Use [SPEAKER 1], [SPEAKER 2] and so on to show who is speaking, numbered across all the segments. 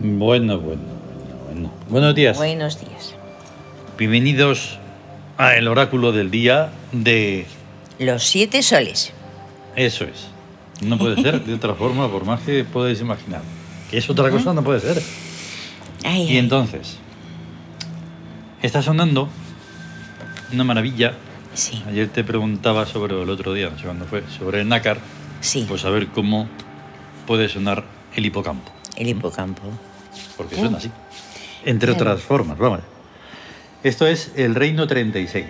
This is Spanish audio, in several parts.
[SPEAKER 1] Bueno, bueno, bueno. Buenos días.
[SPEAKER 2] Buenos días.
[SPEAKER 1] Bienvenidos a el oráculo del día de...
[SPEAKER 2] Los siete soles.
[SPEAKER 1] Eso es. No puede ser de otra forma, por más que podáis imaginar. Que es otra cosa, no puede ser.
[SPEAKER 2] Ay,
[SPEAKER 1] Y
[SPEAKER 2] ay.
[SPEAKER 1] entonces, está sonando una maravilla.
[SPEAKER 2] Sí,
[SPEAKER 1] Ayer te preguntaba sobre el otro día, no sé cuándo fue, sobre el nácar.
[SPEAKER 2] sí,
[SPEAKER 1] Pues a ver cómo puede sonar el hipocampo.
[SPEAKER 2] el hipocampo.
[SPEAKER 1] Porque
[SPEAKER 2] Mm.
[SPEAKER 1] suena así. Entre
[SPEAKER 2] Claro.
[SPEAKER 1] otras formas, vamos. Esto es el Reino 36.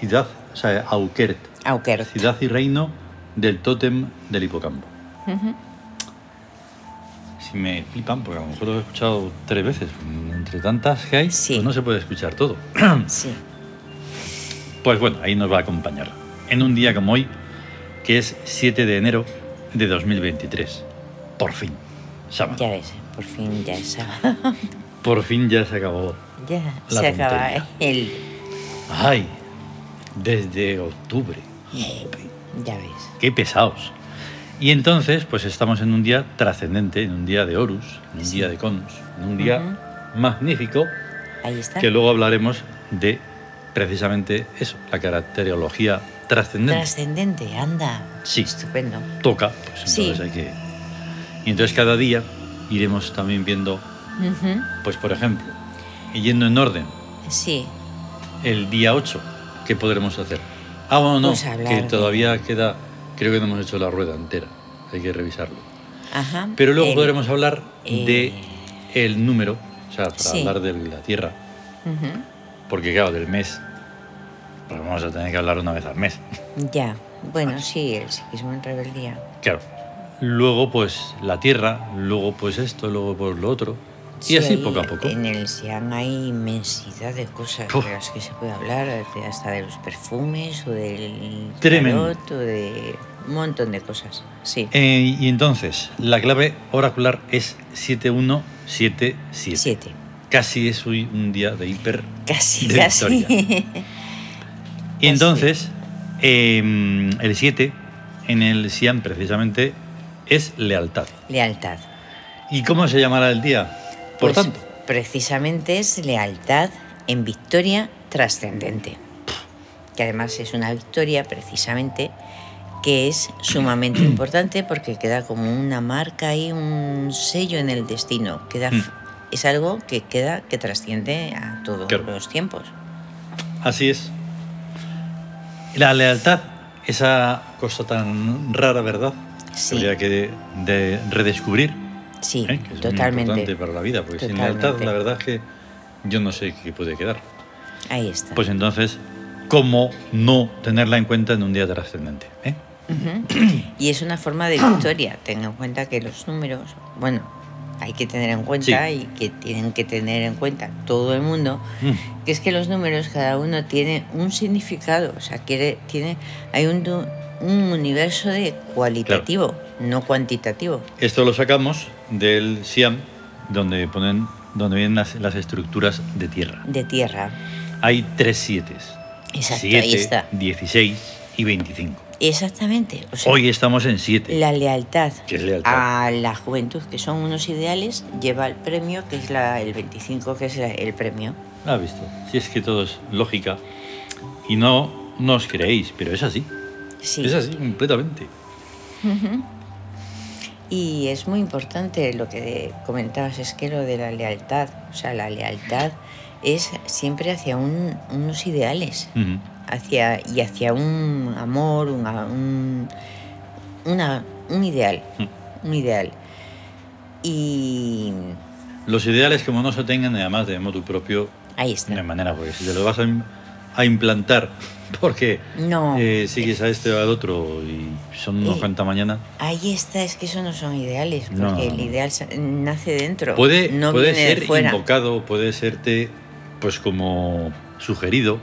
[SPEAKER 1] Ciudad, o sea, Aukert.
[SPEAKER 2] Aukert.
[SPEAKER 1] Ciudad y reino del tótem del hipocampo.
[SPEAKER 2] Ujú.
[SPEAKER 1] Si me flipan, porque a lo mejor lo he escuchado tres veces. Entre tantas que hay,
[SPEAKER 2] Sí.
[SPEAKER 1] pues no se puede escuchar todo.
[SPEAKER 2] Sí,
[SPEAKER 1] Pues bueno, ahí nos va a acompañar. En un día como hoy, que es 7 de enero de 2023. Por fin. Sábado.
[SPEAKER 2] ya ves, por fin ya se,
[SPEAKER 1] Por fin ya se acabó.
[SPEAKER 2] ya
[SPEAKER 1] La
[SPEAKER 2] se acaba
[SPEAKER 1] tontería.
[SPEAKER 2] el...
[SPEAKER 1] Ay, desde octubre. Jope,
[SPEAKER 2] Ya ves.
[SPEAKER 1] qué pesados. Y entonces, pues estamos en un día trascendente, en un día de Horus, en un
[SPEAKER 2] Sí.
[SPEAKER 1] día de Conus, en un día magnífico,
[SPEAKER 2] Ahí está.
[SPEAKER 1] que luego hablaremos de precisamente eso, la caracterología trascendente.
[SPEAKER 2] Trascendente, anda.
[SPEAKER 1] Sí.
[SPEAKER 2] Estupendo.
[SPEAKER 1] Toca, pues entonces
[SPEAKER 2] Sí.
[SPEAKER 1] hay que... Y entonces cada día iremos también viendo,
[SPEAKER 2] Ujú.
[SPEAKER 1] pues por ejemplo, y yendo en orden,
[SPEAKER 2] Sí,
[SPEAKER 1] el día 8, ¿qué podremos hacer? Ah, bueno, no,
[SPEAKER 2] Pues hablar
[SPEAKER 1] que
[SPEAKER 2] de-
[SPEAKER 1] todavía queda, creo que no hemos hecho la rueda entera, hay que revisarlo.
[SPEAKER 2] ajá.
[SPEAKER 1] Pero luego
[SPEAKER 2] el-
[SPEAKER 1] podremos hablar de
[SPEAKER 2] eh,
[SPEAKER 1] el número, o sea, para
[SPEAKER 2] sí.
[SPEAKER 1] hablar de la Tierra,
[SPEAKER 2] ujú.
[SPEAKER 1] porque claro, del mes, pues vamos a tener que hablar una vez al mes,
[SPEAKER 2] Ya, bueno, sí, el psiquismo en rebeldía.
[SPEAKER 1] claro. Luego pues la Tierra, luego pues esto, luego pues lo otro, y
[SPEAKER 2] Sí,
[SPEAKER 1] así
[SPEAKER 2] ahí
[SPEAKER 1] poco a poco.
[SPEAKER 2] En el Siam hay inmensidad de cosas
[SPEAKER 1] Puf.
[SPEAKER 2] de las que se puede hablar, de- hasta de los perfumes o del
[SPEAKER 1] Tremendo.
[SPEAKER 2] tarot, o de un montón de cosas. Sí.
[SPEAKER 1] Eh, y entonces, la clave oracular es 7177.
[SPEAKER 2] Siete.
[SPEAKER 1] Casi es hoy un día de hiper
[SPEAKER 2] Casi,
[SPEAKER 1] De
[SPEAKER 2] casi.
[SPEAKER 1] Y entonces, eh, el 7 en el Siam precisamente es lealtad.
[SPEAKER 2] lealtad.
[SPEAKER 1] ¿Y cómo se llamará el día? Por
[SPEAKER 2] Pues,
[SPEAKER 1] tanto,
[SPEAKER 2] Precisamente es lealtad en victoria trascendente. Que además es una victoria precisamente que es sumamente importante porque queda como una marca y un sello en el destino. Queda,
[SPEAKER 1] Mm.
[SPEAKER 2] Es algo que queda, que trasciende a todos
[SPEAKER 1] Claro.
[SPEAKER 2] los tiempos.
[SPEAKER 1] así es. La lealtad, esa cosa tan rara, ¿verdad?
[SPEAKER 2] Sí.
[SPEAKER 1] Que habría que de, de redescubrir,
[SPEAKER 2] Sí,
[SPEAKER 1] ¿eh? que es muy
[SPEAKER 2] totalmente.
[SPEAKER 1] importante para la vida, porque sin
[SPEAKER 2] Totalmente.
[SPEAKER 1] lealtad, la verdad es que yo no sé qué puede quedar.
[SPEAKER 2] Ahí está.
[SPEAKER 1] Pues entonces, ¿cómo no tenerla en cuenta en un día trascendente? eh?
[SPEAKER 2] Ujú. Y es una forma de victoria. Ten en cuenta que los números, bueno, hay que tener en cuenta
[SPEAKER 1] Sí.
[SPEAKER 2] y que tienen que tener en cuenta todo el mundo,
[SPEAKER 1] Mm.
[SPEAKER 2] que es que los números cada uno tiene un significado, o sea, quiere, tiene, hay un, du- un universo de cualitativo, no cuantitativo.
[SPEAKER 1] Esto lo sacamos del Siam, donde ponen donde vienen las, las estructuras de tierra.
[SPEAKER 2] De tierra.
[SPEAKER 1] Hay tres sietes.
[SPEAKER 2] Exacto, ahí
[SPEAKER 1] Siete,
[SPEAKER 2] está.
[SPEAKER 1] 16 y 25.
[SPEAKER 2] Exactamente. O sea,
[SPEAKER 1] Hoy estamos en 7.
[SPEAKER 2] la lealtad,
[SPEAKER 1] Que es lealtad.
[SPEAKER 2] a la juventud, que son unos ideales, lleva el premio, que es la, el 25, que es la- el premio.
[SPEAKER 1] ¿Has visto? Si es que todo es lógica. Y no, no os creéis, pero es así.
[SPEAKER 2] Sí.
[SPEAKER 1] Es así completamente.
[SPEAKER 2] Ujú. Y es muy importante lo que comentabas, es que lo de la lealtad, o sea, la lealtad es siempre hacia un- unos ideales,
[SPEAKER 1] Ujú.
[SPEAKER 2] hacia, y hacia un amor, un, a- un, una- un ideal,
[SPEAKER 1] Mm.
[SPEAKER 2] un ideal. Y
[SPEAKER 1] Los ideales como no se tengan, además de modo propio,
[SPEAKER 2] ahí
[SPEAKER 1] de una
[SPEAKER 2] está.
[SPEAKER 1] manera, porque si te lo vas a, im- a implantar, porque
[SPEAKER 2] No,
[SPEAKER 1] eh, sigues a este o al otro y son unos
[SPEAKER 2] Y-
[SPEAKER 1] cuantas mañanas.
[SPEAKER 2] ahí está, es que eso no son ideales, porque
[SPEAKER 1] No, no,
[SPEAKER 2] el
[SPEAKER 1] no.
[SPEAKER 2] ideal sa- nace dentro,
[SPEAKER 1] Puede,
[SPEAKER 2] no
[SPEAKER 1] puede
[SPEAKER 2] viene de
[SPEAKER 1] ser
[SPEAKER 2] fuera.
[SPEAKER 1] invocado, puede serte pues como sugerido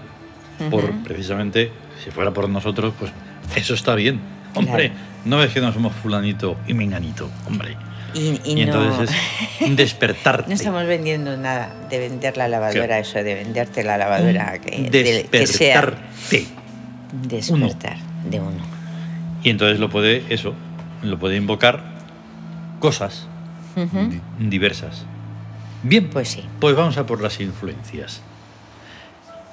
[SPEAKER 1] por
[SPEAKER 2] Ujú.
[SPEAKER 1] precisamente, si fuera por nosotros, pues eso está bien. Hombre,
[SPEAKER 2] Claro.
[SPEAKER 1] no es que no somos fulanito y menganito, hombre.
[SPEAKER 2] Y,
[SPEAKER 1] Y,
[SPEAKER 2] y no...
[SPEAKER 1] entonces es despertarte.
[SPEAKER 2] No estamos vendiendo nada de vender la lavadora,
[SPEAKER 1] Claro.
[SPEAKER 2] eso de venderte la lavadora, que, de- que sea
[SPEAKER 1] despertarte.
[SPEAKER 2] despertar de uno.
[SPEAKER 1] Y entonces lo puede, eso, lo puede invocar cosas di- diversas. Bien,
[SPEAKER 2] Pues sí.
[SPEAKER 1] pues vamos a por las influencias.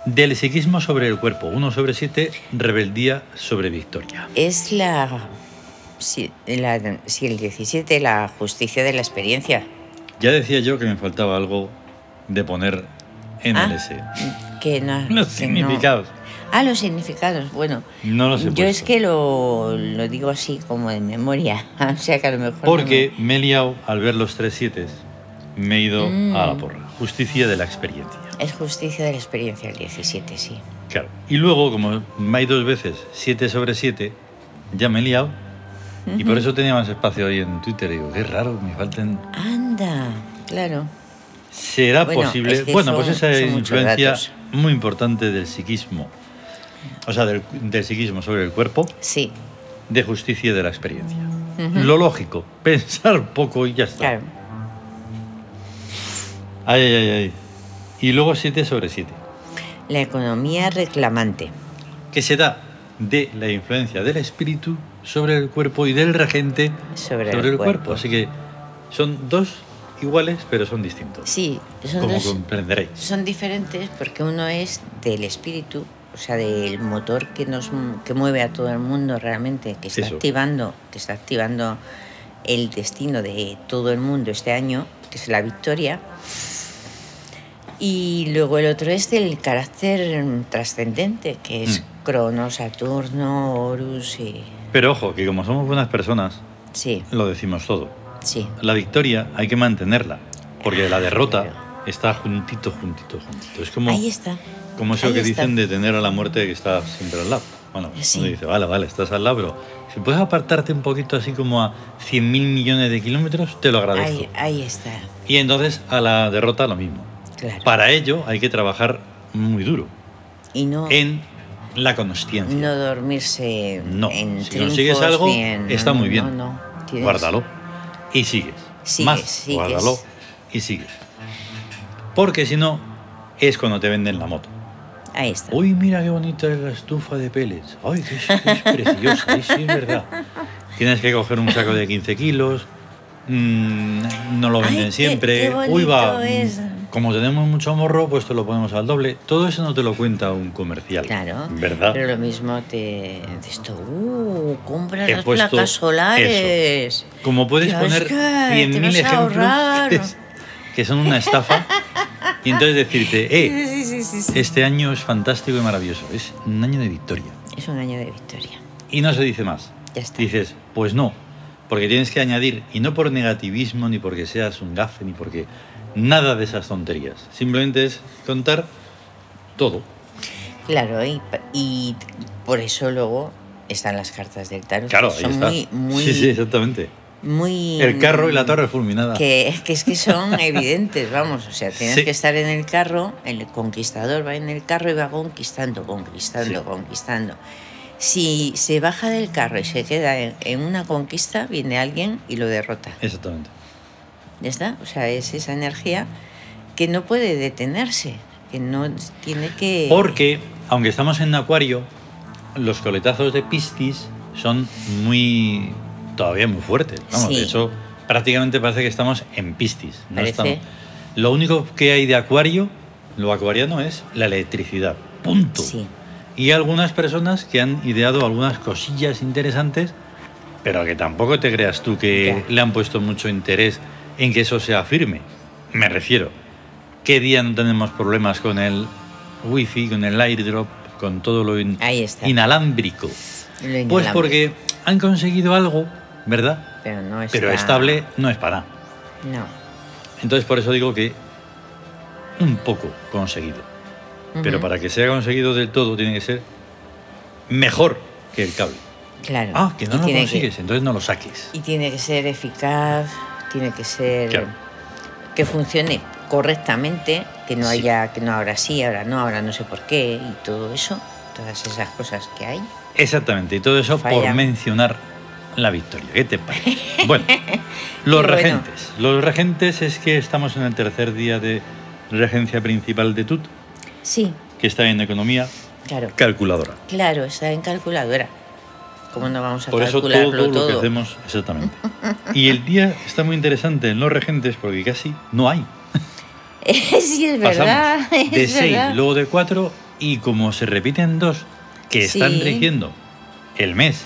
[SPEAKER 1] Del psiquismo sobre el cuerpo, 1 sobre 7, rebeldía sobre victoria.
[SPEAKER 2] Es la si, la. si el 17, la justicia de la experiencia.
[SPEAKER 1] Ya decía yo que me faltaba algo de poner MLS.
[SPEAKER 2] Ah, Que no.
[SPEAKER 1] Los
[SPEAKER 2] que no-
[SPEAKER 1] significados.
[SPEAKER 2] Ah, los significados. Bueno,
[SPEAKER 1] No los he
[SPEAKER 2] yo es
[SPEAKER 1] puesto.
[SPEAKER 2] que lo, lo digo así, como de memoria. o sea que a lo mejor. no
[SPEAKER 1] Porque me he liado al ver los tres siete Me he ido
[SPEAKER 2] Mm.
[SPEAKER 1] a la porra. Justicia de la experiencia.
[SPEAKER 2] me- Es justicia de la experiencia el 17, sí.
[SPEAKER 1] Claro. Y luego, como me hay dos veces 7 sobre 7, ya me he liado. Y por eso tenía más espacio hoy en Twitter. Digo, qué raro, me faltan.
[SPEAKER 2] Anda, claro.
[SPEAKER 1] ¿Será
[SPEAKER 2] Bueno,
[SPEAKER 1] posible?
[SPEAKER 2] es que
[SPEAKER 1] bueno,
[SPEAKER 2] son-
[SPEAKER 1] pues esa es
[SPEAKER 2] son muchos
[SPEAKER 1] influencia
[SPEAKER 2] datos.
[SPEAKER 1] muy importante del psiquismo. O sea, del, del psiquismo sobre el cuerpo,
[SPEAKER 2] Sí,
[SPEAKER 1] de justicia y de la experiencia.
[SPEAKER 2] Ujú.
[SPEAKER 1] Lo lógico, pensar poco y ya está.
[SPEAKER 2] claro.
[SPEAKER 1] Ay, ay, ay, ay. Y luego 7 sobre 7,
[SPEAKER 2] La economía reclamante.
[SPEAKER 1] que se da de la influencia del espíritu sobre el cuerpo y del regente
[SPEAKER 2] Sobre,
[SPEAKER 1] sobre
[SPEAKER 2] el,
[SPEAKER 1] el
[SPEAKER 2] cuerpo.
[SPEAKER 1] cuerpo. Así que son dos iguales, pero son distintos.
[SPEAKER 2] Sí, son
[SPEAKER 1] como
[SPEAKER 2] dos-
[SPEAKER 1] comprenderéis.
[SPEAKER 2] son diferentes porque uno es del espíritu, o sea, del motor que nos que mueve a todo el mundo realmente, que está
[SPEAKER 1] Eso.
[SPEAKER 2] activando, que está activando el destino de todo el mundo este año, que es la victoria. Y luego el otro es del carácter mm, trascendente, que es
[SPEAKER 1] Mm.
[SPEAKER 2] Crono, Saturno, Horus y
[SPEAKER 1] Pero ojo, que como somos buenas personas,
[SPEAKER 2] sí,
[SPEAKER 1] lo decimos todo.
[SPEAKER 2] sí.
[SPEAKER 1] La victoria hay que mantenerla, porque la derrota
[SPEAKER 2] Claro.
[SPEAKER 1] está juntito, juntito, juntito. Es como,
[SPEAKER 2] Ahí está.
[SPEAKER 1] como eso que
[SPEAKER 2] ahí está.
[SPEAKER 1] dicen de tener a la muerte que está siempre al lado. Bueno,
[SPEAKER 2] Sí.
[SPEAKER 1] uno dice, vale, vale, estás al lado, pero si puedes apartarte un poquito así como a 100.000 millones de kilómetros, te lo agradezco.
[SPEAKER 2] Ahí, ahí está.
[SPEAKER 1] Y entonces a la derrota lo mismo.
[SPEAKER 2] Claro.
[SPEAKER 1] Para ello hay que trabajar muy duro
[SPEAKER 2] y no
[SPEAKER 1] en la consciencia.
[SPEAKER 2] No dormirse
[SPEAKER 1] No,
[SPEAKER 2] en
[SPEAKER 1] si consigues
[SPEAKER 2] triunfos
[SPEAKER 1] algo,
[SPEAKER 2] ni en-
[SPEAKER 1] está muy bien.
[SPEAKER 2] No, no, tienes-
[SPEAKER 1] guárdalo y sigues.
[SPEAKER 2] Sigues,
[SPEAKER 1] Más,
[SPEAKER 2] sigues.
[SPEAKER 1] guárdalo y sigues. Porque si no, es cuando te venden la moto.
[SPEAKER 2] Ahí está.
[SPEAKER 1] Uy, mira qué bonita es la estufa de pellets. Ay, que es, que es preciosa, Ay, sí, es verdad. Tienes que coger un saco de 15 kilos. mm, no lo
[SPEAKER 2] Ay,
[SPEAKER 1] venden
[SPEAKER 2] qué-
[SPEAKER 1] siempre.
[SPEAKER 2] qué
[SPEAKER 1] Uy, va.
[SPEAKER 2] bonito
[SPEAKER 1] mm,
[SPEAKER 2] es.
[SPEAKER 1] Como tenemos mucho morro, pues te lo ponemos al doble. Todo eso no te lo cuenta un comercial.
[SPEAKER 2] Claro.
[SPEAKER 1] ¿Verdad?
[SPEAKER 2] Pero lo mismo te. de esto, uh, compra
[SPEAKER 1] He
[SPEAKER 2] las
[SPEAKER 1] puesto
[SPEAKER 2] placas
[SPEAKER 1] eso.
[SPEAKER 2] solares.
[SPEAKER 1] Como puedes
[SPEAKER 2] Dios,
[SPEAKER 1] poner
[SPEAKER 2] que te
[SPEAKER 1] 100.000
[SPEAKER 2] vas a ahorrar.
[SPEAKER 1] ejemplos que son una estafa y entonces decirte, eh,
[SPEAKER 2] Sí, sí, sí, sí, sí.
[SPEAKER 1] este año es fantástico y maravilloso, es un año de victoria.
[SPEAKER 2] Es un año de victoria.
[SPEAKER 1] Y no se dice más.
[SPEAKER 2] Ya está.
[SPEAKER 1] Dices, pues no, porque tienes que añadir, y no por negativismo, ni porque seas un gafe, ni porque nada de esas tonterías. Simplemente es contar todo.
[SPEAKER 2] Claro, y, y por eso luego están las cartas del tarot.
[SPEAKER 1] Claro,
[SPEAKER 2] que
[SPEAKER 1] ahí
[SPEAKER 2] son
[SPEAKER 1] está.
[SPEAKER 2] Muy, muy,
[SPEAKER 1] Sí, sí, exactamente.
[SPEAKER 2] muy.
[SPEAKER 1] El carro y la torre fulminada.
[SPEAKER 2] Que, que es que son evidentes, vamos, o sea, tienes
[SPEAKER 1] Sí.
[SPEAKER 2] que estar en el carro, el conquistador va en el carro y va conquistando, conquistando,
[SPEAKER 1] Sí.
[SPEAKER 2] conquistando. Si se baja del carro y se queda en, en una conquista, viene alguien y lo derrota.
[SPEAKER 1] Exactamente.
[SPEAKER 2] ¿Ya está? O sea, es esa energía que no puede detenerse, que no tiene que...
[SPEAKER 1] Porque, aunque estamos en Acuario, los coletazos de Piscis son muy. todavía muy fuertes. Vamos,
[SPEAKER 2] Sí.
[SPEAKER 1] de hecho, prácticamente parece que estamos en Piscis. No
[SPEAKER 2] Parece.
[SPEAKER 1] estamos- Lo único que hay de Acuario, lo acuariano, es la electricidad. Punto.
[SPEAKER 2] Sí,
[SPEAKER 1] Y algunas personas que han ideado algunas cosillas interesantes, pero que tampoco te creas tú que
[SPEAKER 2] Ya.
[SPEAKER 1] le han puesto mucho interés en que eso sea firme. Me refiero, ¿qué día no tenemos problemas con el wifi, con el airdrop, con todo lo in-
[SPEAKER 2] ahí está.
[SPEAKER 1] inalámbrico?
[SPEAKER 2] lo
[SPEAKER 1] Pues
[SPEAKER 2] inalámbrico,
[SPEAKER 1] porque han conseguido algo, ¿verdad?
[SPEAKER 2] Pero, no
[SPEAKER 1] Pero
[SPEAKER 2] está-
[SPEAKER 1] estable no es para nada.
[SPEAKER 2] No.
[SPEAKER 1] Entonces por eso digo que un poco conseguido. Pero
[SPEAKER 2] Ujú,
[SPEAKER 1] para que sea conseguido del todo tiene que ser mejor que el cable.
[SPEAKER 2] Claro.
[SPEAKER 1] Ah, que
[SPEAKER 2] Y
[SPEAKER 1] no lo
[SPEAKER 2] tiene que-
[SPEAKER 1] consigues, entonces no lo saques.
[SPEAKER 2] Y tiene que ser eficaz, tiene que ser
[SPEAKER 1] Claro.
[SPEAKER 2] que funcione correctamente, que no
[SPEAKER 1] Sí.
[SPEAKER 2] haya, que no ahora sí, ahora no, ahora no sé por qué, y todo eso, todas esas cosas que hay.
[SPEAKER 1] Exactamente, y todo eso
[SPEAKER 2] Falla.
[SPEAKER 1] por mencionar la victoria. ¿Qué te parece? Bueno, los
[SPEAKER 2] Qué bueno.
[SPEAKER 1] regentes. Los regentes es que estamos en el tercer día de regencia principal de TUT,
[SPEAKER 2] Sí,
[SPEAKER 1] que está en economía
[SPEAKER 2] claro.
[SPEAKER 1] calculadora.
[SPEAKER 2] Claro, está en calculadora. ¿Cómo no vamos a
[SPEAKER 1] Por eso todo,
[SPEAKER 2] calcularlo
[SPEAKER 1] lo que
[SPEAKER 2] todo?
[SPEAKER 1] hacemos, exactamente. Y el día está muy interesante en los regentes porque casi no hay.
[SPEAKER 2] sí, es verdad.
[SPEAKER 1] Pasamos
[SPEAKER 2] es
[SPEAKER 1] de 6,
[SPEAKER 2] verdad.
[SPEAKER 1] luego de 4 y como se repiten dos que están
[SPEAKER 2] Sí.
[SPEAKER 1] rigiendo el mes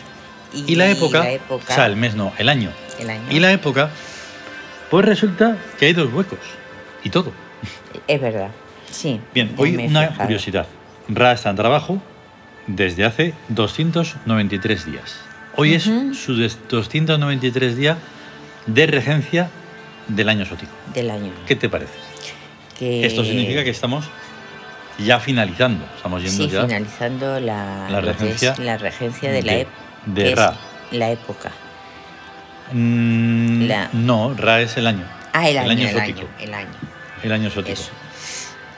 [SPEAKER 1] y, la, época,
[SPEAKER 2] época,
[SPEAKER 1] o sea, el mes no, el año
[SPEAKER 2] el año.
[SPEAKER 1] y la época, pues resulta que hay dos huecos y todo.
[SPEAKER 2] Es verdad. Sí.
[SPEAKER 1] Bien,
[SPEAKER 2] ya
[SPEAKER 1] hoy
[SPEAKER 2] me he
[SPEAKER 1] una
[SPEAKER 2] fijado.
[SPEAKER 1] curiosidad. Ra está en trabajo desde hace 293 días. Hoy
[SPEAKER 2] Ujú.
[SPEAKER 1] es su des- 293 día de regencia del año sótico.
[SPEAKER 2] Del año.
[SPEAKER 1] ¿Qué te parece?
[SPEAKER 2] que-
[SPEAKER 1] Esto significa que estamos ya finalizando. Estamos yendo
[SPEAKER 2] Sí,
[SPEAKER 1] ya
[SPEAKER 2] finalizando la,
[SPEAKER 1] la
[SPEAKER 2] lo que es
[SPEAKER 1] regencia
[SPEAKER 2] la regencia de, la
[SPEAKER 1] de-
[SPEAKER 2] ep-
[SPEAKER 1] de
[SPEAKER 2] que es
[SPEAKER 1] Ra.
[SPEAKER 2] La época.
[SPEAKER 1] Mm,
[SPEAKER 2] La-
[SPEAKER 1] No, Ra es el año.
[SPEAKER 2] Ah, el
[SPEAKER 1] El
[SPEAKER 2] año,
[SPEAKER 1] año
[SPEAKER 2] el año,
[SPEAKER 1] exótico.
[SPEAKER 2] el año.
[SPEAKER 1] El año sótico.
[SPEAKER 2] Eso.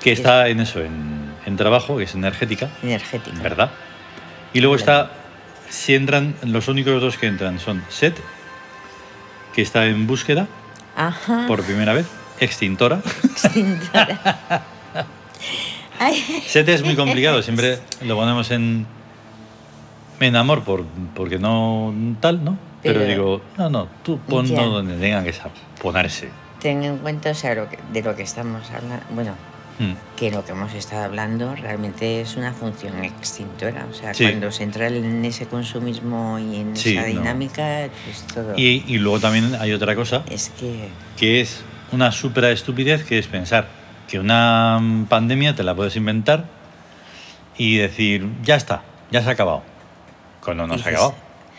[SPEAKER 1] Que está en eso, en, en trabajo, que es energética,
[SPEAKER 2] Energético.
[SPEAKER 1] ¿verdad? Y luego
[SPEAKER 2] Claro.
[SPEAKER 1] está, si entran, los únicos dos que entran son Set, que está en búsqueda
[SPEAKER 2] Ajá.
[SPEAKER 1] por primera vez, Extintora.
[SPEAKER 2] Extintora. Ay,
[SPEAKER 1] Set es muy complicado, siempre lo ponemos en, en amor por, porque no tal, ¿no? Pero,
[SPEAKER 2] Pero-
[SPEAKER 1] digo, no, no, tú ponlo
[SPEAKER 2] Ya.
[SPEAKER 1] donde tengan que sa- ponerse.
[SPEAKER 2] ten en cuenta, o sea, lo que- de lo que estamos hablando. Bueno,
[SPEAKER 1] Mm.
[SPEAKER 2] que lo que hemos estado hablando realmente es una función extintora. O sea,
[SPEAKER 1] Sí.
[SPEAKER 2] cuando se entra en ese consumismo y en
[SPEAKER 1] Sí,
[SPEAKER 2] esa
[SPEAKER 1] no.
[SPEAKER 2] dinámica, pues todo.
[SPEAKER 1] Y, y luego también hay otra cosa,
[SPEAKER 2] Es que.
[SPEAKER 1] que es una supra estupidez, que es pensar que una mm, pandemia te la puedes inventar y decir, ya está, ya se ha acabado. Cuando no se ha
[SPEAKER 2] Dices-
[SPEAKER 1] acabado.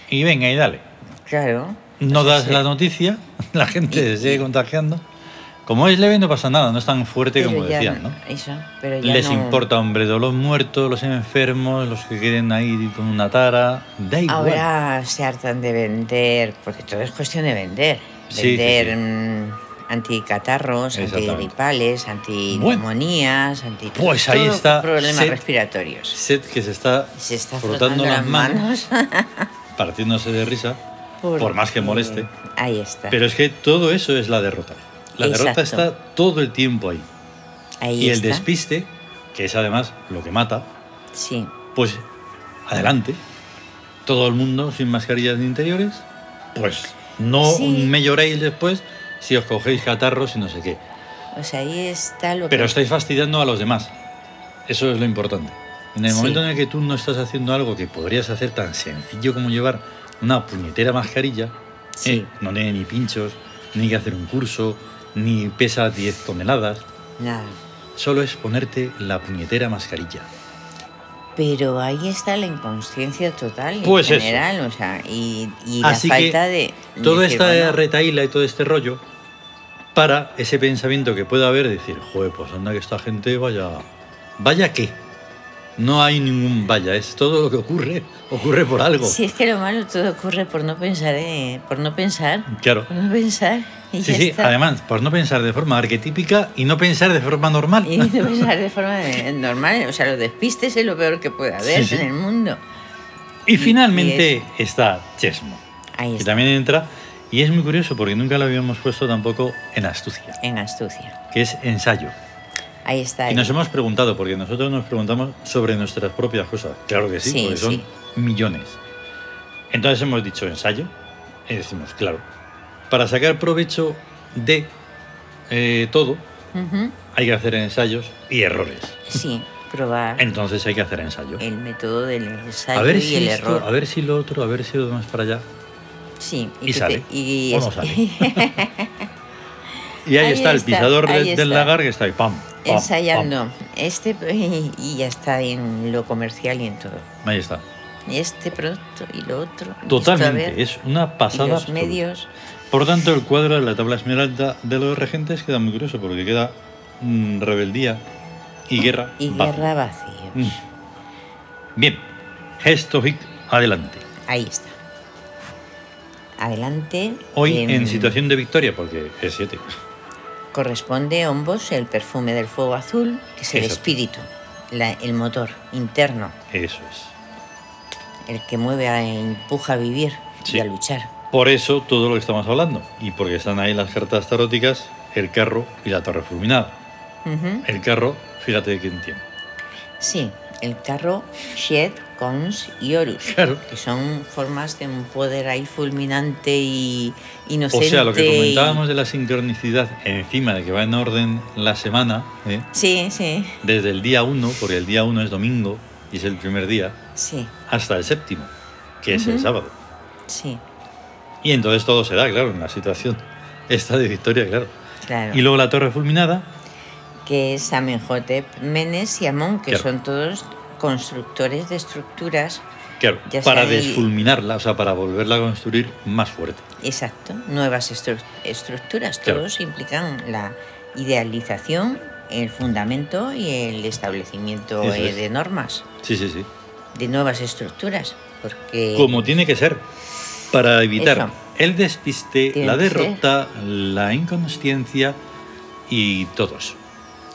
[SPEAKER 1] Y venga y dale.
[SPEAKER 2] Claro.
[SPEAKER 1] No
[SPEAKER 2] Sí,
[SPEAKER 1] das
[SPEAKER 2] sí.
[SPEAKER 1] la noticia, la gente
[SPEAKER 2] Y-
[SPEAKER 1] se sigue contagiando. Como es leve no pasa nada, no es tan fuerte
[SPEAKER 2] Pero
[SPEAKER 1] como
[SPEAKER 2] ya-
[SPEAKER 1] decían, ¿no?
[SPEAKER 2] Eso, pero ya
[SPEAKER 1] Les
[SPEAKER 2] no-
[SPEAKER 1] importa, hombre, de los muertos, los enfermos, los que queden ahí con una tara, da igual.
[SPEAKER 2] Ahora se hartan de vender, porque todo es cuestión de vender.
[SPEAKER 1] Sí, sí,
[SPEAKER 2] Vender
[SPEAKER 1] sí.
[SPEAKER 2] mm, anticatarros,
[SPEAKER 1] Exactamente.
[SPEAKER 2] antigripales, antineumonías, anti.
[SPEAKER 1] Pues ahí
[SPEAKER 2] todo
[SPEAKER 1] está,
[SPEAKER 2] Problemas
[SPEAKER 1] se-
[SPEAKER 2] respiratorios.
[SPEAKER 1] Seth que se está,
[SPEAKER 2] Se está
[SPEAKER 1] frotando, las manos, partiéndose de risa, por más que
[SPEAKER 2] porque-
[SPEAKER 1] moleste.
[SPEAKER 2] Ahí está.
[SPEAKER 1] Pero es que todo eso es la derrota. La derrota
[SPEAKER 2] Exacto.
[SPEAKER 1] está todo el tiempo ahí.
[SPEAKER 2] ahí
[SPEAKER 1] Y el
[SPEAKER 2] está.
[SPEAKER 1] despiste, que es además lo que mata,
[SPEAKER 2] Sí,
[SPEAKER 1] pues adelante. Todo el mundo sin mascarillas de interiores, pues no
[SPEAKER 2] Sí.
[SPEAKER 1] me lloréis después si os cogéis catarros y no sé qué.
[SPEAKER 2] o sea, ahí está lo
[SPEAKER 1] Pero
[SPEAKER 2] que.
[SPEAKER 1] estáis fastidiando a los demás. Eso es lo importante. En el
[SPEAKER 2] Sí.
[SPEAKER 1] momento en el que tú no estás haciendo algo que podrías hacer tan sencillo como llevar una puñetera mascarilla,
[SPEAKER 2] Sí.
[SPEAKER 1] eh, no tiene ni pinchos, ni que hacer un curso, ni pesa 10 toneladas,
[SPEAKER 2] Nada.
[SPEAKER 1] solo es ponerte la puñetera mascarilla.
[SPEAKER 2] Pero ahí está la inconsciencia total en
[SPEAKER 1] Pues eso.
[SPEAKER 2] general, o sea, y, y
[SPEAKER 1] Así
[SPEAKER 2] la
[SPEAKER 1] que
[SPEAKER 2] falta de.
[SPEAKER 1] Toda
[SPEAKER 2] decir,
[SPEAKER 1] esta
[SPEAKER 2] bueno,
[SPEAKER 1] retaíla y todo este rollo para ese pensamiento que pueda haber de decir, joder, pues anda que esta gente vaya... ¿Vaya qué? No hay ningún vaya, es todo lo que ocurre, ocurre por algo.
[SPEAKER 2] Si es que lo malo todo ocurre por no pensar, ¿eh? por no pensar,
[SPEAKER 1] Claro.
[SPEAKER 2] por no pensar. Y
[SPEAKER 1] Sí,
[SPEAKER 2] ya
[SPEAKER 1] sí,
[SPEAKER 2] está.
[SPEAKER 1] además, por no pensar de forma arquetípica y no pensar de forma normal.
[SPEAKER 2] Y no pensar de forma de- normal, o sea, los despistes es lo peor que puede haber
[SPEAKER 1] Sí, sí.
[SPEAKER 2] en el mundo.
[SPEAKER 1] Y finalmente está Chesmo,
[SPEAKER 2] Ahí
[SPEAKER 1] que
[SPEAKER 2] está,
[SPEAKER 1] también entra, y es muy curioso porque nunca lo habíamos puesto tampoco en astucia,
[SPEAKER 2] en astucia.
[SPEAKER 1] que es ensayo.
[SPEAKER 2] Ahí está.
[SPEAKER 1] Y
[SPEAKER 2] el-
[SPEAKER 1] nos hemos preguntado, porque nosotros nos preguntamos sobre nuestras propias cosas. Claro que sí,
[SPEAKER 2] Sí,
[SPEAKER 1] porque
[SPEAKER 2] sí.
[SPEAKER 1] son millones. Entonces hemos dicho ensayo, y decimos, claro, para sacar provecho de eh, todo
[SPEAKER 2] Ujú.
[SPEAKER 1] hay que hacer ensayos y errores.
[SPEAKER 2] Sí, probar
[SPEAKER 1] Entonces hay que hacer ensayo.
[SPEAKER 2] el método del ensayo
[SPEAKER 1] a ver
[SPEAKER 2] y
[SPEAKER 1] si
[SPEAKER 2] el
[SPEAKER 1] esto,
[SPEAKER 2] error.
[SPEAKER 1] a ver si lo otro, a ver si lo demás para allá.
[SPEAKER 2] Sí,
[SPEAKER 1] y
[SPEAKER 2] que te-
[SPEAKER 1] sale,
[SPEAKER 2] y
[SPEAKER 1] o no
[SPEAKER 2] es-
[SPEAKER 1] sale. Y ahí,
[SPEAKER 2] Ahí
[SPEAKER 1] está, el
[SPEAKER 2] está,
[SPEAKER 1] pisador de-
[SPEAKER 2] ahí
[SPEAKER 1] del
[SPEAKER 2] está.
[SPEAKER 1] lagar que está ahí, pam, pam, pam.
[SPEAKER 2] ensayando este y ya está en lo comercial y en todo.
[SPEAKER 1] Ahí está.
[SPEAKER 2] Este producto y lo otro. y esto a ver,
[SPEAKER 1] Totalmente, es una
[SPEAKER 2] y
[SPEAKER 1] pasada.
[SPEAKER 2] los
[SPEAKER 1] absoluta.
[SPEAKER 2] medios.
[SPEAKER 1] Por tanto, el cuadro de la tabla esmeralda de los regentes queda muy curioso porque queda mm, rebeldía y guerra.
[SPEAKER 2] y
[SPEAKER 1] vacía.
[SPEAKER 2] guerra vacío.
[SPEAKER 1] Mm. Bien, gesto hic, adelante.
[SPEAKER 2] Ahí está. Adelante.
[SPEAKER 1] Hoy
[SPEAKER 2] em,
[SPEAKER 1] en situación de victoria, porque es 7.
[SPEAKER 2] Corresponde a ambos el perfume del fuego azul, que es el
[SPEAKER 1] Exacto.
[SPEAKER 2] espíritu, la- el motor interno,
[SPEAKER 1] Eso es.
[SPEAKER 2] el que mueve, a, empuja a vivir
[SPEAKER 1] Sí.
[SPEAKER 2] y a luchar.
[SPEAKER 1] Por eso todo lo que estamos hablando. Y porque están ahí las cartas taróticas, el carro y la torre fulminada.
[SPEAKER 2] Ujú.
[SPEAKER 1] El carro, fíjate quién tiene.
[SPEAKER 2] Sí, el carro Shed, Cons y Horus,
[SPEAKER 1] Claro.
[SPEAKER 2] que son formas de un poder ahí fulminante y
[SPEAKER 1] O
[SPEAKER 2] inocente.
[SPEAKER 1] sea, lo que
[SPEAKER 2] y-
[SPEAKER 1] comentábamos de la sincronicidad, encima de que va en orden la semana, ¿eh?
[SPEAKER 2] Sí, sí,
[SPEAKER 1] desde el día 1, porque el día 1 es domingo y es el primer día,
[SPEAKER 2] sí,
[SPEAKER 1] hasta el séptimo, que es el
[SPEAKER 2] Ujú.
[SPEAKER 1] sábado.
[SPEAKER 2] sí,
[SPEAKER 1] Y entonces todo se da, claro, en la situación esta de victoria, claro.
[SPEAKER 2] claro.
[SPEAKER 1] Y luego la torre fulminada,
[SPEAKER 2] que es Amenhotep, Menes y Amón, que
[SPEAKER 1] Claro.
[SPEAKER 2] son todos constructores de estructuras,
[SPEAKER 1] claro,
[SPEAKER 2] Ya se
[SPEAKER 1] para
[SPEAKER 2] ha di-
[SPEAKER 1] desfulminarla, o sea, para volverla a construir más fuerte.
[SPEAKER 2] exacto, nuevas estru- estructuras.
[SPEAKER 1] Claro.
[SPEAKER 2] Todos implican la idealización, el fundamento y el establecimiento
[SPEAKER 1] Eso
[SPEAKER 2] eh,
[SPEAKER 1] es.
[SPEAKER 2] de normas,
[SPEAKER 1] Sí, sí, sí.
[SPEAKER 2] de nuevas estructuras, porque
[SPEAKER 1] Como tiene que ser, para evitar
[SPEAKER 2] Eso.
[SPEAKER 1] el despiste,
[SPEAKER 2] Tiene
[SPEAKER 1] la
[SPEAKER 2] que ser.
[SPEAKER 1] derrota, la inconsciencia y todos.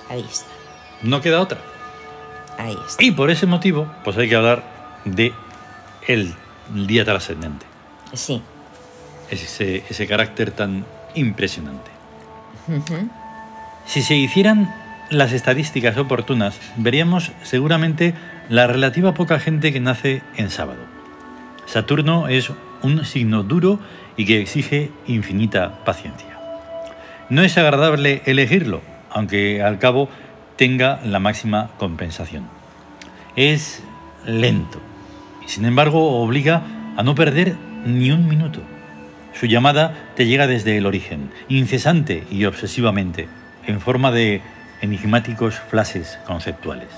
[SPEAKER 2] ahí está,
[SPEAKER 1] No queda otra.
[SPEAKER 2] ahí está.
[SPEAKER 1] Y por ese motivo, pues hay que hablar de el día trascendente.
[SPEAKER 2] Sí,
[SPEAKER 1] Ese, ese carácter tan impresionante.
[SPEAKER 2] ujú,
[SPEAKER 1] Si se hicieran las estadísticas oportunas, veríamos seguramente la relativa poca gente que nace en sábado. Saturno es un signo duro y que exige infinita paciencia. No es agradable elegirlo, aunque al cabo tenga la máxima compensación. Es lento y sin embargo obliga a no perder ni un minuto. Su llamada te llega desde el origen, incesante y obsesivamente, en forma de enigmáticos flashes conceptuales.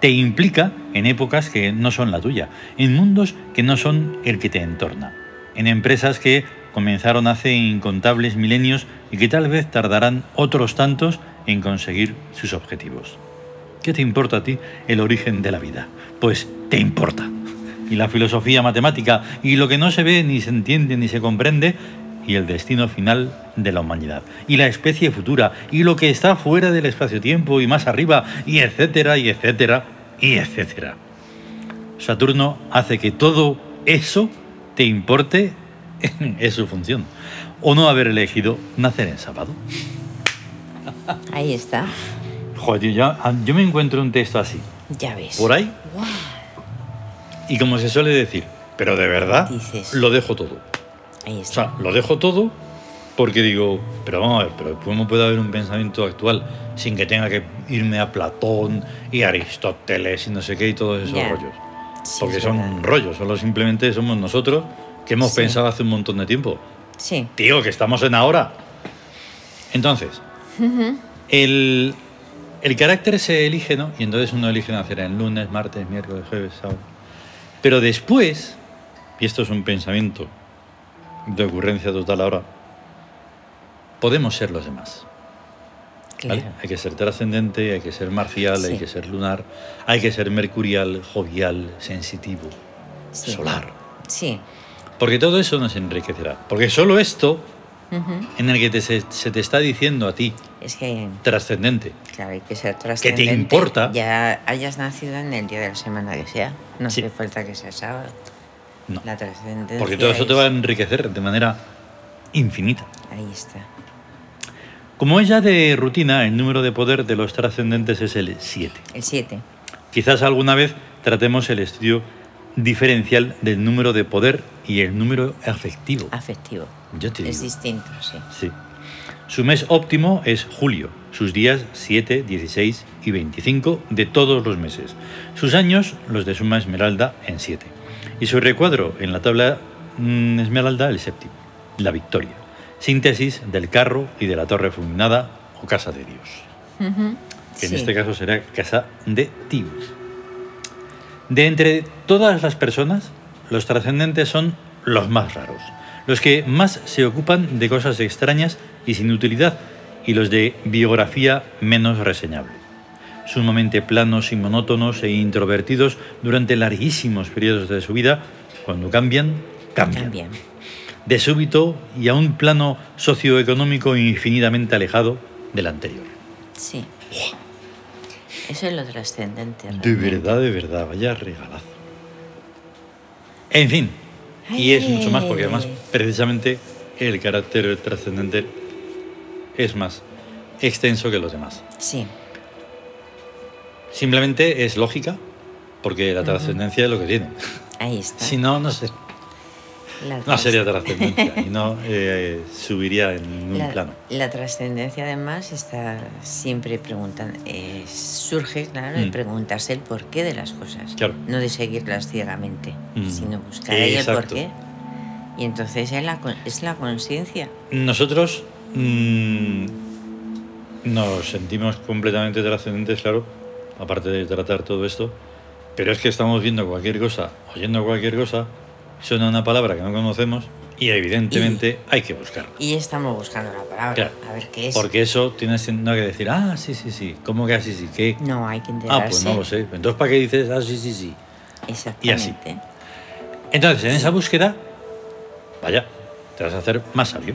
[SPEAKER 1] Te implica en épocas que no son la tuya, en mundos que no son el que te entorna, en empresas que comenzaron hace incontables milenios y que tal vez tardarán otros tantos en conseguir sus objetivos. ¿Qué te importa a ti el origen de la vida? Pues te importa. Y la filosofía matemática, y lo que no se ve, ni se entiende, ni se comprende, y el destino final de la humanidad, y la especie futura, y lo que está fuera del espacio-tiempo y más arriba, y etcétera, y etcétera, y etcétera. Saturno hace que todo eso te importe, es su función. O no haber elegido nacer en sábado.
[SPEAKER 2] ahí está,
[SPEAKER 1] Joder, tío, ya- yo me encuentro un texto así,
[SPEAKER 2] ya ves.
[SPEAKER 1] por ahí,
[SPEAKER 2] Guau,
[SPEAKER 1] Y como se suele decir, pero de verdad,
[SPEAKER 2] Dices.
[SPEAKER 1] lo dejo todo.
[SPEAKER 2] Ahí
[SPEAKER 1] O
[SPEAKER 2] está.
[SPEAKER 1] sea, lo dejo todo porque digo, pero vamos a ver, pero ¿cómo puede haber un pensamiento actual sin que tenga que irme a Platón y Aristóteles y no sé qué y todos esos
[SPEAKER 2] Ya.
[SPEAKER 1] rollos?
[SPEAKER 2] Sí,
[SPEAKER 1] Porque
[SPEAKER 2] es
[SPEAKER 1] son
[SPEAKER 2] verdad.
[SPEAKER 1] rollos, solo simplemente somos nosotros que hemos
[SPEAKER 2] Sí.
[SPEAKER 1] pensado hace un montón de tiempo.
[SPEAKER 2] Sí,
[SPEAKER 1] Tío, que estamos en ahora. Entonces, el, el carácter se elige, ¿no? Y entonces uno elige nacer en lunes, martes, miércoles, jueves, sábado. Pero después, y esto es un pensamiento de ocurrencia total ahora, podemos ser los demás. ¿vale?
[SPEAKER 2] claro.
[SPEAKER 1] Hay que ser trascendente, hay que ser marcial, hay
[SPEAKER 2] Sí.
[SPEAKER 1] que ser lunar, hay que ser mercurial, jovial, sensitivo,
[SPEAKER 2] sí.
[SPEAKER 1] solar.
[SPEAKER 2] Sí.
[SPEAKER 1] Porque todo eso nos enriquecerá. Porque solo esto
[SPEAKER 2] ujú.
[SPEAKER 1] en el que te- se, se te está diciendo a ti,
[SPEAKER 2] Es que
[SPEAKER 1] trascendente,
[SPEAKER 2] Claro, hay que ser trascendente.
[SPEAKER 1] importa?
[SPEAKER 2] Ya hayas nacido en el día de la semana que sea. No
[SPEAKER 1] Sí.
[SPEAKER 2] hace falta que sea sábado.
[SPEAKER 1] no.
[SPEAKER 2] La trascendencia.
[SPEAKER 1] Porque todo eso te
[SPEAKER 2] es-
[SPEAKER 1] va a enriquecer de manera infinita.
[SPEAKER 2] Ahí está.
[SPEAKER 1] Como es ya de rutina, el número de poder de los trascendentes es el 7.
[SPEAKER 2] El 7.
[SPEAKER 1] Quizás alguna vez tratemos el estudio diferencial del número de poder y el número afectivo.
[SPEAKER 2] Afectivo.
[SPEAKER 1] Yo te
[SPEAKER 2] Ah, Es
[SPEAKER 1] digo.
[SPEAKER 2] distinto, sí.
[SPEAKER 1] Sí. Su mes óptimo es julio, sus días 7, 16 y 25 de todos los meses, sus años los de suma esmeralda en 7 y su recuadro en la tabla mm, esmeralda el séptimo, la victoria, síntesis del carro y de la torre fulminada o casa de Dios
[SPEAKER 2] Ujú.
[SPEAKER 1] que
[SPEAKER 2] Sí.
[SPEAKER 1] en este caso será casa de tíos. De entre todas las personas, los trascendentes son los más raros, los que más se ocupan de cosas extrañas y sin utilidad, y los de biografía menos reseñable. Sumamente planos y monótonos e introvertidos durante larguísimos periodos de su vida, cuando cambian, cambian.
[SPEAKER 2] También.
[SPEAKER 1] De súbito y a un plano socioeconómico infinitamente alejado del anterior.
[SPEAKER 2] Sí. Eso es lo trascendente.
[SPEAKER 1] De
[SPEAKER 2] realmente.
[SPEAKER 1] verdad, de verdad, vaya regalazo. En fin, y es mucho más porque además
[SPEAKER 2] Ay.
[SPEAKER 1] precisamente el carácter trascendente es más extenso que los demás.
[SPEAKER 2] Sí.
[SPEAKER 1] Simplemente es lógica, porque la trascendencia es lo que tiene.
[SPEAKER 2] Ahí está.
[SPEAKER 1] Si no, no, sé,
[SPEAKER 2] la
[SPEAKER 1] no sería
[SPEAKER 2] trasc-
[SPEAKER 1] trascendencia y no eh, subiría en ningún
[SPEAKER 2] la-
[SPEAKER 1] plano.
[SPEAKER 2] la trascendencia además está siempre preguntando, surge, claro, de
[SPEAKER 1] Mm.
[SPEAKER 2] preguntarse el porqué de las cosas.
[SPEAKER 1] Claro.
[SPEAKER 2] No de seguirlas ciegamente,
[SPEAKER 1] Mm.
[SPEAKER 2] sino buscar ahí el
[SPEAKER 1] Exacto.
[SPEAKER 2] porqué. Y entonces es la, con- es la conciencia.
[SPEAKER 1] Nosotros mm, nos sentimos completamente trascendentes, claro, aparte de tratar todo esto, pero es que estamos viendo cualquier cosa, oyendo cualquier cosa, suena una palabra que no conocemos y evidentemente hay que buscarla.
[SPEAKER 2] Y estamos buscando la palabra,
[SPEAKER 1] Claro.
[SPEAKER 2] a ver qué es.
[SPEAKER 1] Porque eso tienes no que decir, ah, sí, sí, sí, ¿cómo que así, sí? ¿Qué?
[SPEAKER 2] No hay que enterarse.
[SPEAKER 1] Ah, pues no lo sé. Entonces, ¿para qué dices, ah, sí, sí, sí? Y así.
[SPEAKER 2] Exactamente.
[SPEAKER 1] Entonces, en esa búsqueda, vaya, te vas a hacer más sabio.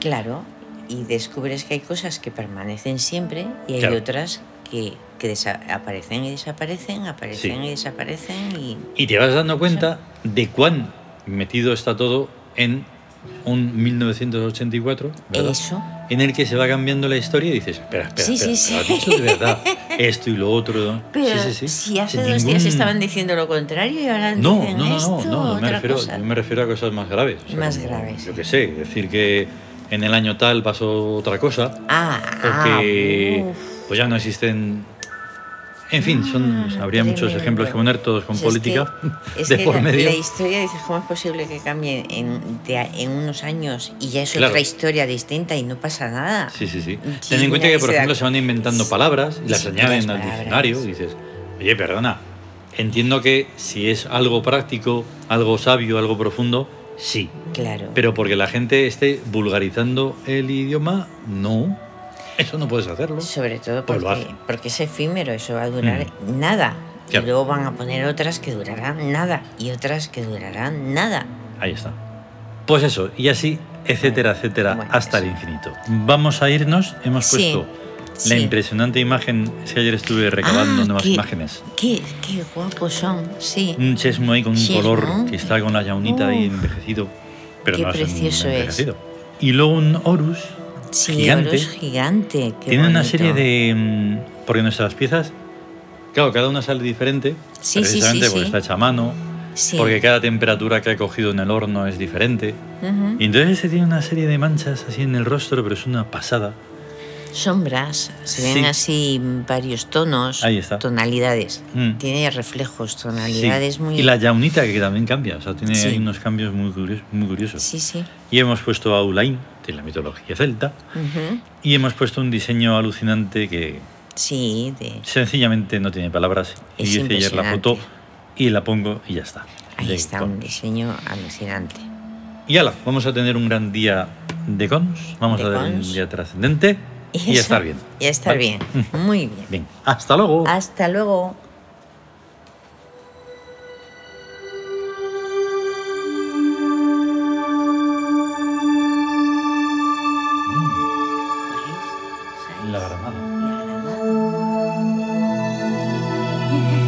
[SPEAKER 2] Claro, y descubres que hay cosas que permanecen siempre y hay
[SPEAKER 1] Claro.
[SPEAKER 2] otras que, que desaparecen y desaparecen, aparecen
[SPEAKER 1] Sí.
[SPEAKER 2] y desaparecen y
[SPEAKER 1] Y te vas dando cuenta de cuán metido está todo en un 1984, ¿verdad?
[SPEAKER 2] eso.
[SPEAKER 1] en el que se va cambiando la historia y dices, espera, espera,
[SPEAKER 2] Sí,
[SPEAKER 1] espera,
[SPEAKER 2] sí,
[SPEAKER 1] pero
[SPEAKER 2] sí.
[SPEAKER 1] has dicho de verdad esto y lo otro. ¿no?
[SPEAKER 2] Pero
[SPEAKER 1] sí, sí, sí.
[SPEAKER 2] si hace
[SPEAKER 1] Sin
[SPEAKER 2] dos días
[SPEAKER 1] ningún-
[SPEAKER 2] estaban diciendo lo contrario y ahora
[SPEAKER 1] No,
[SPEAKER 2] dicen
[SPEAKER 1] no, no, no,
[SPEAKER 2] esto,
[SPEAKER 1] no, no me
[SPEAKER 2] otra
[SPEAKER 1] refiero,
[SPEAKER 2] cosa.
[SPEAKER 1] yo me refiero a cosas más graves.
[SPEAKER 2] Más graves,
[SPEAKER 1] Yo
[SPEAKER 2] sí.
[SPEAKER 1] qué sé, decir que en el año tal pasó otra cosa,
[SPEAKER 2] Ah, ah,
[SPEAKER 1] porque
[SPEAKER 2] uf,
[SPEAKER 1] pues ya no existen... En fin, son,
[SPEAKER 2] Ah,
[SPEAKER 1] habría muchos
[SPEAKER 2] tremendo.
[SPEAKER 1] ejemplos que poner, todos con
[SPEAKER 2] si es
[SPEAKER 1] política
[SPEAKER 2] que- es
[SPEAKER 1] de
[SPEAKER 2] que
[SPEAKER 1] por
[SPEAKER 2] la,
[SPEAKER 1] medio.
[SPEAKER 2] la historia dice cómo es posible que cambie en, de a- en unos años y ya es
[SPEAKER 1] Claro.
[SPEAKER 2] otra historia distinta y no pasa nada.
[SPEAKER 1] Sí, sí, sí.
[SPEAKER 2] Sí,
[SPEAKER 1] Ten en cuenta que,
[SPEAKER 2] mira que
[SPEAKER 1] por
[SPEAKER 2] se da-
[SPEAKER 1] ejemplo, se van inventando palabras y las
[SPEAKER 2] Sí,
[SPEAKER 1] añaden
[SPEAKER 2] las
[SPEAKER 1] al
[SPEAKER 2] palabras.
[SPEAKER 1] diccionario. Y dices, oye, perdona, entiendo que si es algo práctico, algo sabio, algo profundo, sí.
[SPEAKER 2] Claro.
[SPEAKER 1] Pero porque la gente esté vulgarizando el idioma, no. Eso no puedes hacerlo.
[SPEAKER 2] Sobre todo
[SPEAKER 1] Pues lo
[SPEAKER 2] porque,
[SPEAKER 1] hacen.
[SPEAKER 2] porque es efímero, eso va a durar nada.
[SPEAKER 1] Claro.
[SPEAKER 2] Y luego van a poner otras que durarán nada y otras que durarán nada.
[SPEAKER 1] Ahí está. Pues eso, y así, etcétera, etcétera,
[SPEAKER 2] Bueno,
[SPEAKER 1] hasta el
[SPEAKER 2] eso.
[SPEAKER 1] infinito. Vamos a irnos. Hemos
[SPEAKER 2] Sí,
[SPEAKER 1] puesto la
[SPEAKER 2] sí.
[SPEAKER 1] impresionante imagen. Es que ayer estuve recabando
[SPEAKER 2] Ah,
[SPEAKER 1] nuevas
[SPEAKER 2] qué-
[SPEAKER 1] imágenes.
[SPEAKER 2] Qué, qué guapos son, sí.
[SPEAKER 1] un chesmo ahí con un
[SPEAKER 2] Chesmo.
[SPEAKER 1] color que está con la yaunita ahí
[SPEAKER 2] Uf,
[SPEAKER 1] envejecido. Pero
[SPEAKER 2] qué
[SPEAKER 1] no es
[SPEAKER 2] precioso es.
[SPEAKER 1] envejecido. Y luego un Horus
[SPEAKER 2] Sí,
[SPEAKER 1] gigante.
[SPEAKER 2] Horus gigante. qué
[SPEAKER 1] tiene una
[SPEAKER 2] bonito.
[SPEAKER 1] serie de. mm, Porque nuestras piezas, claro, cada una sale diferente.
[SPEAKER 2] Sí, sí, sí,
[SPEAKER 1] precisamente porque
[SPEAKER 2] sí.
[SPEAKER 1] está hecha a mano.
[SPEAKER 2] Sí.
[SPEAKER 1] Porque cada temperatura que ha cogido en el horno es diferente.
[SPEAKER 2] Ujú.
[SPEAKER 1] Y entonces se tiene una serie de manchas así en el rostro, pero es una pasada.
[SPEAKER 2] Sombras, se
[SPEAKER 1] Sí.
[SPEAKER 2] ven así varios tonos,
[SPEAKER 1] Ahí está.
[SPEAKER 2] tonalidades.
[SPEAKER 1] Mm.
[SPEAKER 2] Tiene reflejos,
[SPEAKER 1] Sí.
[SPEAKER 2] tonalidades muy.
[SPEAKER 1] Y la yaunita que también cambia, o sea, tiene
[SPEAKER 2] Sí.
[SPEAKER 1] ahí unos cambios muy, curios- muy curiosos.
[SPEAKER 2] Sí, sí.
[SPEAKER 1] Y hemos puesto a Ulain, de la mitología celta,
[SPEAKER 2] Ujú.
[SPEAKER 1] Y hemos puesto un diseño alucinante que
[SPEAKER 2] Sí, de.
[SPEAKER 1] sencillamente no tiene palabras.
[SPEAKER 2] Es
[SPEAKER 1] y hice ayer la foto
[SPEAKER 2] impresionante.
[SPEAKER 1] y la pongo y ya está.
[SPEAKER 2] Ahí
[SPEAKER 1] De
[SPEAKER 2] está
[SPEAKER 1] con.
[SPEAKER 2] un diseño alucinante.
[SPEAKER 1] Y ala, vamos a tener un gran día de cons. Vamos
[SPEAKER 2] De
[SPEAKER 1] a tener
[SPEAKER 2] cons.
[SPEAKER 1] un día trascendente y,
[SPEAKER 2] eso,
[SPEAKER 1] estar bien.
[SPEAKER 2] Y a estar
[SPEAKER 1] Vale. Mm.
[SPEAKER 2] bien. Muy bien.
[SPEAKER 1] Bien, hasta luego.
[SPEAKER 2] Hasta luego.
[SPEAKER 1] La gramada. Mm.
[SPEAKER 2] La granada.